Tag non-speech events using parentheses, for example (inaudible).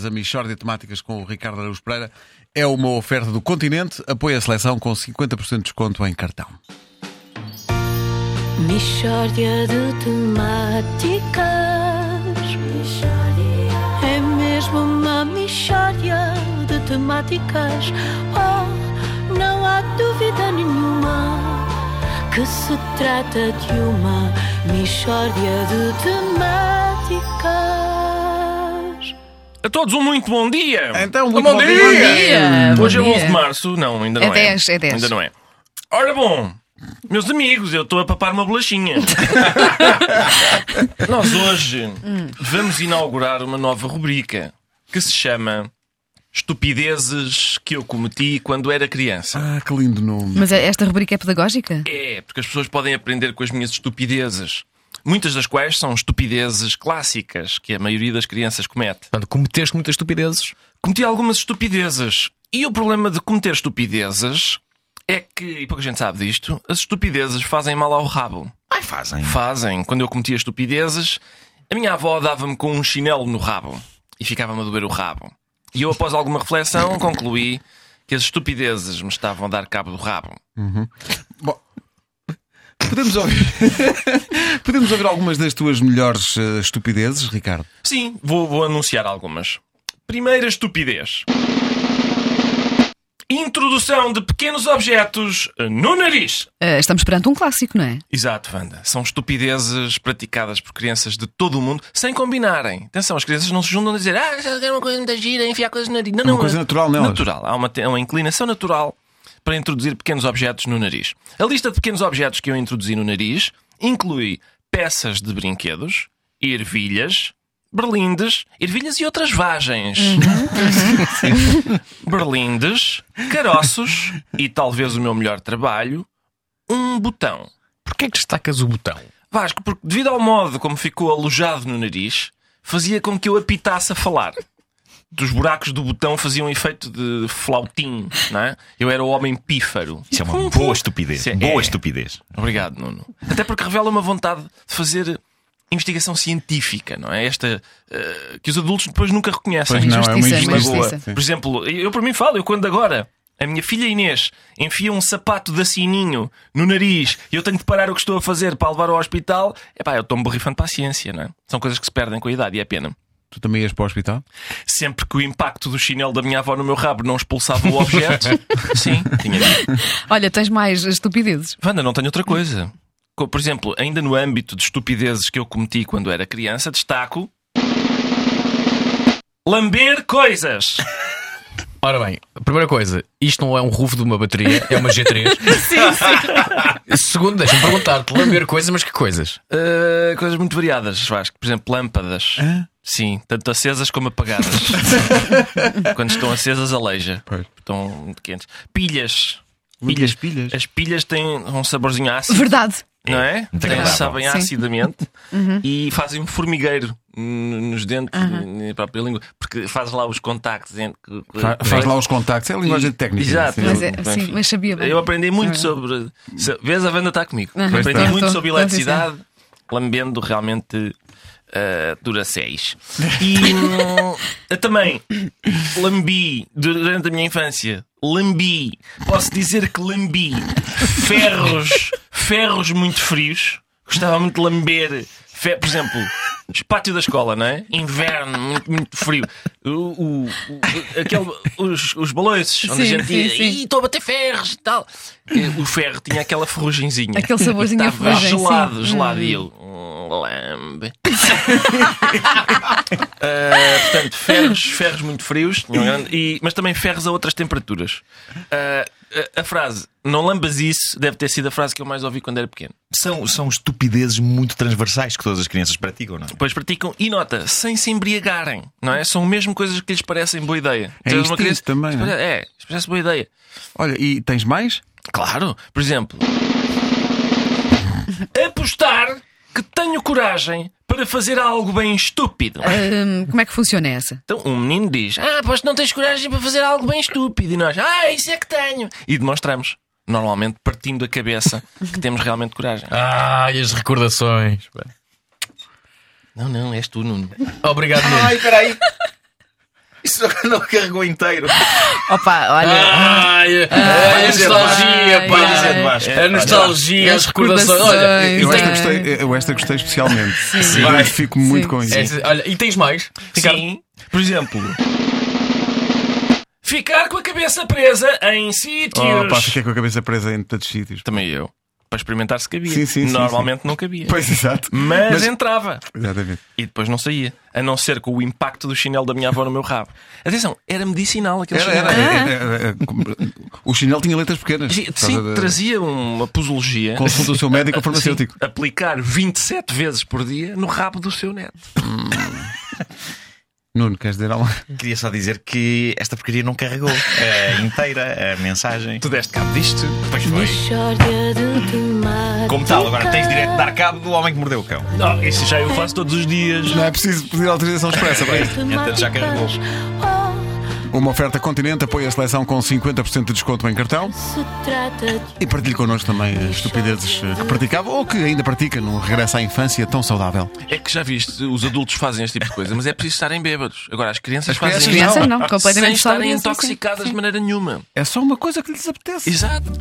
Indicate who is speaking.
Speaker 1: A Michórdia de Temáticas com o Ricardo Araújo Pereira é uma oferta do Continente. Apoia a seleção com 50% de desconto em cartão.
Speaker 2: Mishória de temáticas É mesmo uma mishória de temáticas Oh, não há dúvida nenhuma Que se trata de uma mishória de temáticas
Speaker 3: A todos um muito bom dia! Um
Speaker 1: Então,
Speaker 3: bom,
Speaker 1: muito bom
Speaker 3: dia!
Speaker 4: dia! Bom
Speaker 3: Hoje é
Speaker 4: dia.
Speaker 3: 11 de março, não, ainda
Speaker 4: É
Speaker 3: não é.
Speaker 4: 10, é 10.
Speaker 3: Ainda não é. Ora bom, meus amigos, eu estou a papar uma
Speaker 4: (laughs)
Speaker 3: bolachinha. Nós hoje vamos inaugurar uma nova rubrica que se chama Estupidezes que eu cometi quando era criança.
Speaker 1: Ah, que lindo nome.
Speaker 4: Mas esta rubrica é pedagógica?
Speaker 3: É, porque as pessoas podem aprender com as minhas estupidezes. Muitas das quais são estupidezes clássicas que a maioria das crianças comete.
Speaker 5: Portanto, cometeste muitas estupidezes.
Speaker 3: cometi algumas estupidezes. E o problema de cometer estupidezes é que, e pouca gente sabe disto, as estupidezes fazem mal ao rabo.
Speaker 5: Ai, fazem.
Speaker 3: Fazem. Quando eu cometia estupidezes, a minha avó dava-me com um chinelo no rabo e ficava-me a doer o rabo. E eu, após alguma reflexão, concluí que as estupidezes me estavam a dar cabo do rabo.
Speaker 1: Bom, (laughs) podemos ouvir. (laughs) podemos ouvir algumas das tuas melhores eh, estupidezes, Ricardo?
Speaker 3: Sim, vou, vou anunciar algumas. Primeira estupidez. Introdução de pequenos objetos no nariz.
Speaker 4: Ah, estamos perante um clássico, não é?
Speaker 3: Exato, Wanda. São estupidezes praticadas por crianças de todo o mundo sem combinarem. Atenção, as crianças não se juntam a dizer ah, se eu quero uma coisa muito gira, enfiar coisas no nariz. Não,
Speaker 1: uma
Speaker 3: não.
Speaker 1: coisa
Speaker 3: é-
Speaker 1: natural nelas.
Speaker 3: Natural. Há uma, te- é uma inclinação natural para introduzir pequenos objetos no nariz. A lista de pequenos objetos que eu introduzi no nariz inclui peças de brinquedos, ervilhas, berlindes, ervilhas e outras vagens. (laughs) berlindes, caroços e talvez o meu melhor trabalho, um botão.
Speaker 5: Porquê é que destacas o botão?
Speaker 3: Vasco, porque devido ao modo como ficou alojado no nariz, fazia com que eu apitasse a falar. Dos buracos do botão faziam um efeito de flautim, não é? Eu era o homem pífaro.
Speaker 6: Isso é uma boa estupidez.
Speaker 3: Isso é- é.
Speaker 6: Boa estupidez.
Speaker 3: Obrigado, Nuno. Até porque revela uma vontade de fazer investigação científica, não é? Esta eh, que os adultos depois nunca reconhecem.
Speaker 4: não, é uma Injustiça,
Speaker 3: Mas,
Speaker 4: injustiça.
Speaker 3: boa, Por exemplo, eu para mim falo, eu quando agora a minha filha Inês enfia um sapato de assininho no nariz e eu tenho de parar o que estou a fazer para a levar ao hospital, epá, eu estou-me borrifando para a ciência, não é? São coisas que se perdem com a idade e é pena.
Speaker 1: Tu também ias para o hospital?
Speaker 3: Sempre que o impacto do chinelo da minha avó no meu rabo não expulsava o
Speaker 4: (laughs)
Speaker 3: objeto, sim, tinha dito.
Speaker 4: Olha, tens mais estupidezes.
Speaker 3: Wanda, não tenho outra coisa. Co- Por exemplo, ainda no âmbito de estupidezes que eu cometi quando era criança, destaco. Lamber coisas!
Speaker 5: Ora bem, primeira coisa, isto não é um rufo de uma bateria, é uma G3.
Speaker 4: (laughs) Sim, sim.
Speaker 5: Segundo, deixa-me perguntar-te, lamber coisas, mas que coisas?
Speaker 3: Uh, coisas muito variadas, Vasco. Por exemplo, lâmpadas. Sim, tanto acesas
Speaker 1: (laughs)
Speaker 3: como apagadas. Quando estão acesas, aleija.
Speaker 1: Pois.
Speaker 3: Estão muito quentes. Pilhas.
Speaker 1: Pilhas, pilhas.
Speaker 3: As pilhas têm um saborzinho ácido,
Speaker 4: Verdade.
Speaker 3: não é? Têm-
Speaker 6: agradável.
Speaker 3: sabem
Speaker 4: Sim. Uhum.
Speaker 3: acidamente e fazem um formigueiro n- nos dentes, na própria língua, porque faz lá os contactos. Entre...
Speaker 1: Fa- Faz lá os contactos. É a linguagem técnica.
Speaker 3: Exato.
Speaker 1: Sim.
Speaker 4: Mas, é,
Speaker 3: Enfim.
Speaker 4: sim, mas sabia bem.
Speaker 3: Eu aprendi muito
Speaker 4: Sim.
Speaker 3: sobre. se- Vês, a Wanda está comigo.
Speaker 4: Aham.
Speaker 3: Aprendi
Speaker 4: Pronto,
Speaker 3: muito sobre
Speaker 4: pronto,
Speaker 3: eletricidade, lambendo realmente ah,
Speaker 4: (laughs)
Speaker 3: Duracéis. E hum, eu também lambi durante a minha infância. Lambi, posso dizer que lambi ferros, ferros muito frios. Gostava muito de lamber, fe- por exemplo, o pátio da escola, não é? Inverno, muito, muito frio. O, o- o- aquele, os, os balões, onde a
Speaker 4: Sim,
Speaker 3: gente
Speaker 4: sim,
Speaker 3: ia,
Speaker 4: sim.
Speaker 3: "Ih, estou a bater ferros e tal. E O ferro tinha aquela ferrugenzinha.
Speaker 4: Aquele saborzinho a
Speaker 3: Estava
Speaker 4: ferrugem, sim.
Speaker 3: gelado, gelado.
Speaker 4: Hum.
Speaker 3: E eu. "Hum, Lambe. (laughs) Ah, portanto, ferros, ferros muito frios, tinham grande- e- mas também ferros a outras temperaturas. Ah, a, a frase não lambas isso deve ter sido a frase que eu mais ouvi quando era pequeno.
Speaker 6: São, são estupidezes muito transversais que todas as crianças praticam, não é?
Speaker 3: Depois praticam, e nota, sem se embriagarem, não é? São mesmo coisas que lhes parecem boa ideia. Então,
Speaker 1: É
Speaker 3: Tu és
Speaker 1: instinto também,
Speaker 3: isto
Speaker 1: não é?
Speaker 3: parece- É, isto parece boa ideia.
Speaker 1: Olha, e tens mais?
Speaker 3: Claro, por exemplo, apostar que tenho coragem para fazer algo bem estúpido.
Speaker 4: Ahm, como é que funciona essa?
Speaker 3: Então um menino diz: Ah, aposto que não tens coragem para fazer algo bem estúpido. E nós: Ah, isso é que tenho. E demonstramos, normalmente partindo da cabeça, que temos realmente coragem.
Speaker 5: Ah, e as recordações.
Speaker 3: Não, não, és tu, Nuno.
Speaker 5: Obrigado, Nuno.
Speaker 3: Ai, peraí.
Speaker 6: isso não (laughs) carregou inteiro.
Speaker 4: Opa,
Speaker 5: Ah,
Speaker 4: olha.
Speaker 5: Ai, a nostalgia,
Speaker 4: ai,
Speaker 5: pá.
Speaker 4: ai.
Speaker 6: de Vasco.
Speaker 5: A nostalgia, as
Speaker 4: As
Speaker 5: recordações. Olha,
Speaker 4: recordações.
Speaker 5: e
Speaker 1: Eu esta,
Speaker 4: Exato.
Speaker 5: tem-
Speaker 1: gostei, eu esta gostei especialmente.
Speaker 4: Sim.
Speaker 1: Eu Identifico-me muito
Speaker 4: Sim.
Speaker 1: com isso.
Speaker 5: essa- olha, e tens mais? Ricardo?
Speaker 3: Sim. Por exemplo. Ficar com a cabeça presa em sítios.
Speaker 1: Oh, pá, fiquei com a cabeça presa em tantos sítios.
Speaker 3: Também eu. Para experimentar se cabia.
Speaker 1: Sim, sim, sim,
Speaker 3: Normalmente não cabia.
Speaker 1: Pois, exato.
Speaker 3: Mas, entrava.
Speaker 1: Exatamente.
Speaker 3: E depois não saía. A não ser com o impacto do chinelo da minha avó no meu rabo. Atenção, era medicinal aquele
Speaker 1: Era,
Speaker 3: chinelo.
Speaker 1: era, era, era- o chinelo tinha letras pequenas.
Speaker 3: Ah. Sim,
Speaker 1: Por causa
Speaker 3: Sim,
Speaker 1: da-
Speaker 3: trazia uma posologia.
Speaker 1: Consulta o seu
Speaker 3: (laughs)
Speaker 1: médico ou farmacêutico.
Speaker 3: Sim, aplicar 27 vezes por dia no rabo do seu neto.
Speaker 1: Nuno, queres dizer algo?
Speaker 6: Queria só dizer que esta porcaria não carregou eh, inteira a mensagem.
Speaker 3: Tu deste cabo disto.
Speaker 6: Pois foi.
Speaker 2: Mixórdia de temáticas.
Speaker 6: Como tal, agora tens direito de dar cabo do homem que mordeu o cão.
Speaker 3: Não, isso já eu faço todos os dias.
Speaker 1: Não é preciso pedir autorização expressa para isso.
Speaker 6: Então já carregou.
Speaker 2: Temáticas. Oh,
Speaker 1: Uma oferta continente apoia a seleção com 50% de desconto em cartão
Speaker 2: se trata de
Speaker 1: e partilhe connosco também as estupidezes eh, que praticava ou que ainda pratica num regresso à infância tão saudável.
Speaker 3: É que já viste, os adultos fazem este tipo de coisa, mas é preciso estarem bêbados. Agora, as crianças
Speaker 1: As
Speaker 3: fazem
Speaker 1: crianças
Speaker 3: isto
Speaker 4: Crianças
Speaker 1: Não,
Speaker 4: não, completamente
Speaker 3: sem estarem
Speaker 4: sóbrias, sim, sim.
Speaker 3: intoxicadas de maneira nenhuma.
Speaker 1: É só uma coisa que lhes apetece.
Speaker 3: Exato.